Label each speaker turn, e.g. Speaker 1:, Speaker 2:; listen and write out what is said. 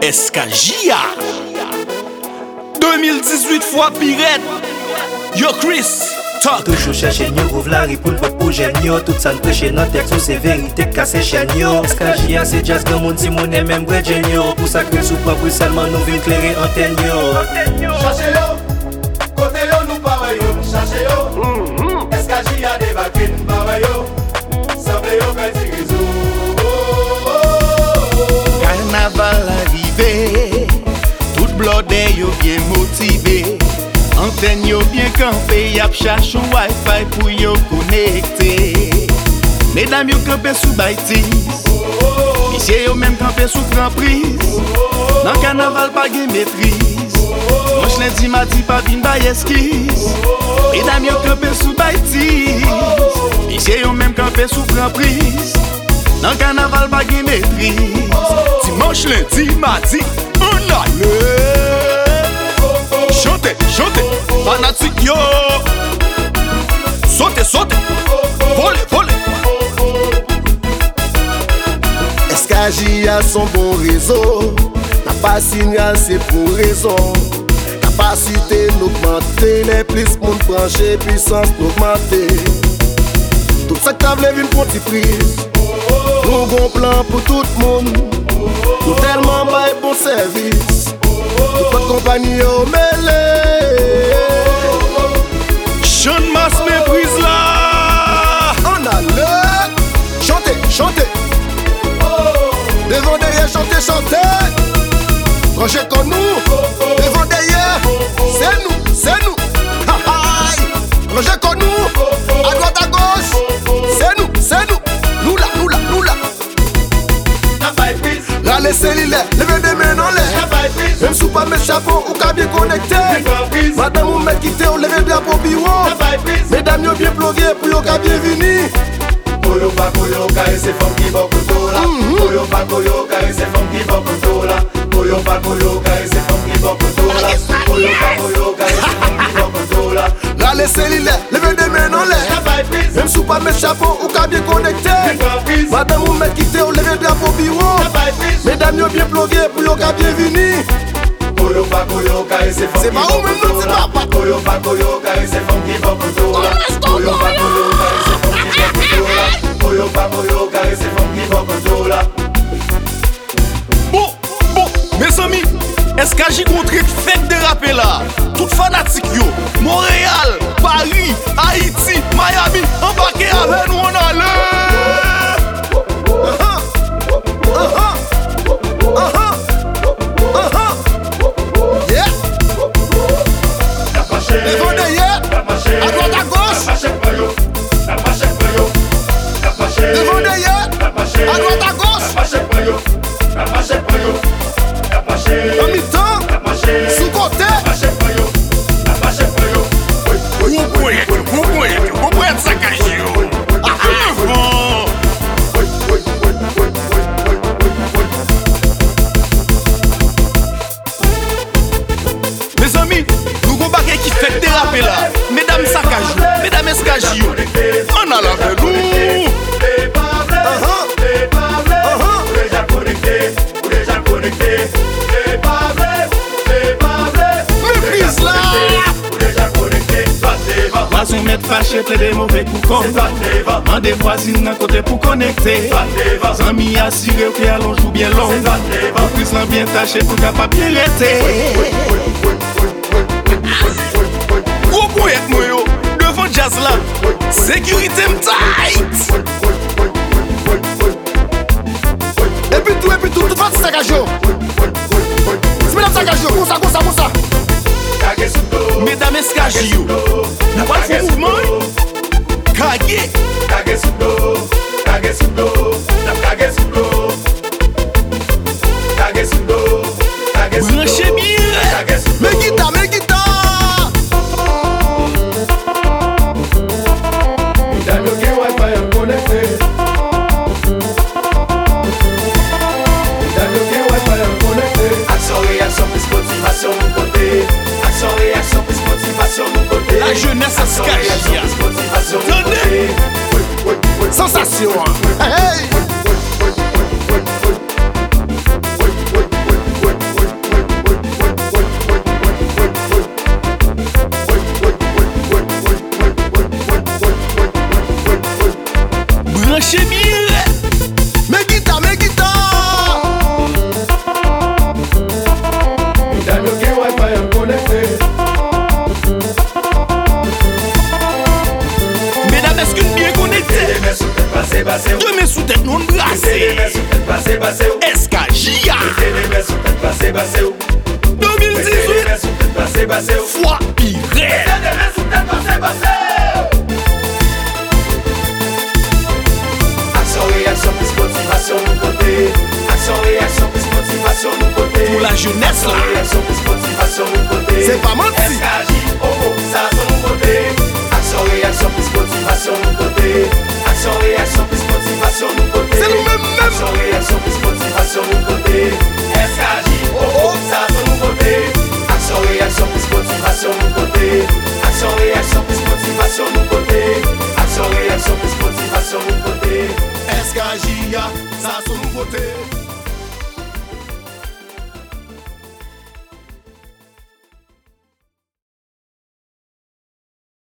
Speaker 1: Eskajia 2018 fwa piret Yo Chris Talk
Speaker 2: Toujou chèche nyo, gouv la ripoul pot pou jen yo Tout san preche nan tek sou se verite kase chen yo Skajia se jazz gen moun ti moun e men bre jen yo Pou sa kre sou pa pou salman nou vin kleri anten yo
Speaker 3: Chache yo, kote yo nou pare yo, chache yo Eskaji ya devakin pare yo, sable yo kwen ti
Speaker 4: Oh,
Speaker 3: gizou
Speaker 5: Karnaval arrive, tout blode yo bien motive Anten yo bien kampe, yap chache un wifi pou yo konekte Medam yo kampe sou baitis, misye yo menm kampe sou gran pris Nan karnaval pa gen metris, mwench lendi mati pa vin bay eskis Medam yo kampe sou baitis, misye yo menm kampe sou gran pris Nan kanaval bagi metris Dimanche, lundi, mardi, on ale Chante, chante, fanatik yo Sote, sote, vole, vole
Speaker 4: Eskaji a son bon rezo Na pa sinyal se pou rezon Kapasite n'augmente Ne plis moun branche Puissance n'augmente Tout sa kable vin pon ti prise Nou gon plan pou tout moun Nou telman bay bon servis Nou pot kompani yo mele
Speaker 5: Chante mas mepris la
Speaker 4: An ale Chante, chante Devan deye chante, chante Proje kon nou Devan deye Se nou, se nou Ha hay Proje kon nou A droite a gauche Se nou, se nou Nou la, nou la, nou la
Speaker 3: Na bay piz,
Speaker 4: Rale seli le, leve de men an le
Speaker 3: na bay piz,
Speaker 4: Mem sou pa met chapon ou ka bien konekte
Speaker 3: Devan piz,
Speaker 4: Madame ou met kite ou leve drapo biwo
Speaker 3: na bay piz
Speaker 4: Medam yo bien plovye pou yo ka bien vini
Speaker 3: Koyo pa koyo ka e se fom ki bo koutou la Koyo pa koyo ka e se fom ki bo koutou la Koyo pa koyo ka e se fom ki bo koutou la Koyo pa koyo ka e se fom ki bo koutou la
Speaker 4: Rale seli le, leve de men an le
Speaker 3: Na bay piz,
Speaker 4: Mem sou pa met chapon ou ka bien konekte
Speaker 3: Devan piz,
Speaker 4: Madame ou met kite ou leve drapo biwo
Speaker 3: na bay piz
Speaker 4: Medam yo bien plovye pou yo ka bien vini
Speaker 3: Koyo pa koyo ka e se fom
Speaker 4: Se
Speaker 3: ki
Speaker 4: ba
Speaker 3: bo
Speaker 4: ou men nou
Speaker 3: koutou
Speaker 4: se
Speaker 3: la
Speaker 4: pa pa
Speaker 3: Koyo pa koyo ka e se fom ki bo koutou la Koyo pa koyo ka e se fom ki bo koutou la Koyo pa koyo ka e se fom ki bo koutou la
Speaker 1: Bon, bon, mes ami Eskaji kontrik fèk derape la Tout fanatik yo Montreal, Paris, Haiti, Miami Embake ale nou an ale
Speaker 4: Yeah,
Speaker 3: La pache,
Speaker 4: devant derrière
Speaker 3: la pache
Speaker 4: A droite à
Speaker 3: La
Speaker 4: gauche
Speaker 3: pache koyo, la pache koyo La pache,
Speaker 4: Devant derrière
Speaker 3: la pache
Speaker 4: A droite à gauche
Speaker 3: Apache Payo, Apache Payo, Apache,
Speaker 4: En mi-temps
Speaker 3: Apache,
Speaker 4: Sous côté
Speaker 3: Apache Payo, Apache Payo,
Speaker 5: Woupwe, woupwe,
Speaker 1: Bon,
Speaker 5: woupwe tsakaji yo
Speaker 1: Ah,
Speaker 5: Avon
Speaker 1: Mes ami, nou gon bagay ki fèk derape la Medam Sakajou, Medam Eskajou An ale ave nou
Speaker 3: les
Speaker 4: Aha.
Speaker 3: Pablais, les Pablais,
Speaker 4: Aha.
Speaker 3: vous déjà connectés, vous déjà connectés, les Pablais, les Pablais, vous
Speaker 4: Le
Speaker 3: déjà
Speaker 4: fils là.
Speaker 3: connectés, vous déjà connectés, pas de débat,
Speaker 5: Wazou met fache ple de mouve pou
Speaker 3: c'est pas
Speaker 5: kon
Speaker 3: de débat,
Speaker 5: Mande vwazin nan kote pou konekte
Speaker 3: pas de débat,
Speaker 5: Zami asire ou ki alonjou bien long
Speaker 3: c'est pas de débat.
Speaker 5: Pou pris lan bien tache pou kapap bien rete
Speaker 1: Gwo pou et mwen yo Devan jazz la Sekurite m tight
Speaker 4: Epi tou, epi tou, tout fati sakajou Smedam sakajou, mousa, mousa, mousa
Speaker 3: Kage sous dos,
Speaker 1: Medam Eskajou Nou pal fè mouvman Kage
Speaker 3: kage sous dos, kage sous dos, la kage sous dos. Kage sous dos, kage sous
Speaker 1: Branche
Speaker 3: dos,
Speaker 1: bien
Speaker 3: kage sous
Speaker 4: Me
Speaker 3: dos.
Speaker 4: gita, me gita
Speaker 3: Dame yo gen wifi am konekte Dame yo gen wifi am konekte Aksyon reaksyon plis motivasyon nou kote Aksyon reaksyon plis motivasyon nou kote
Speaker 1: branche bire
Speaker 4: Mè gita, mè gita
Speaker 3: Dam yo gen wifi an konekte
Speaker 1: Mesdames, est-ce qu'une bien connectée
Speaker 3: Deme sou tèt pase base ou
Speaker 1: Deux mains sous tête, non brassée
Speaker 3: Deme sou tèt pase base ou
Speaker 1: SKJA
Speaker 3: Deme sou tèt pase base ou
Speaker 1: 2018
Speaker 3: Deme sou tèt pase base ou
Speaker 1: fois Y
Speaker 3: Deme sou tèt pase base ou Aksyon reaksyon pis motivasyon nou pote Aksyon reaksyon pis motivasyon nou pote
Speaker 1: Pour la jeunesse
Speaker 3: Aksyon
Speaker 1: là
Speaker 3: reaksyon pis motivasyon nou pote
Speaker 4: Se pa manti
Speaker 3: SKJ, oh oh, sa son nou pote Aksyon reaksyon pis motivasyon nou pote Aksyon reaksyon pis motivasyon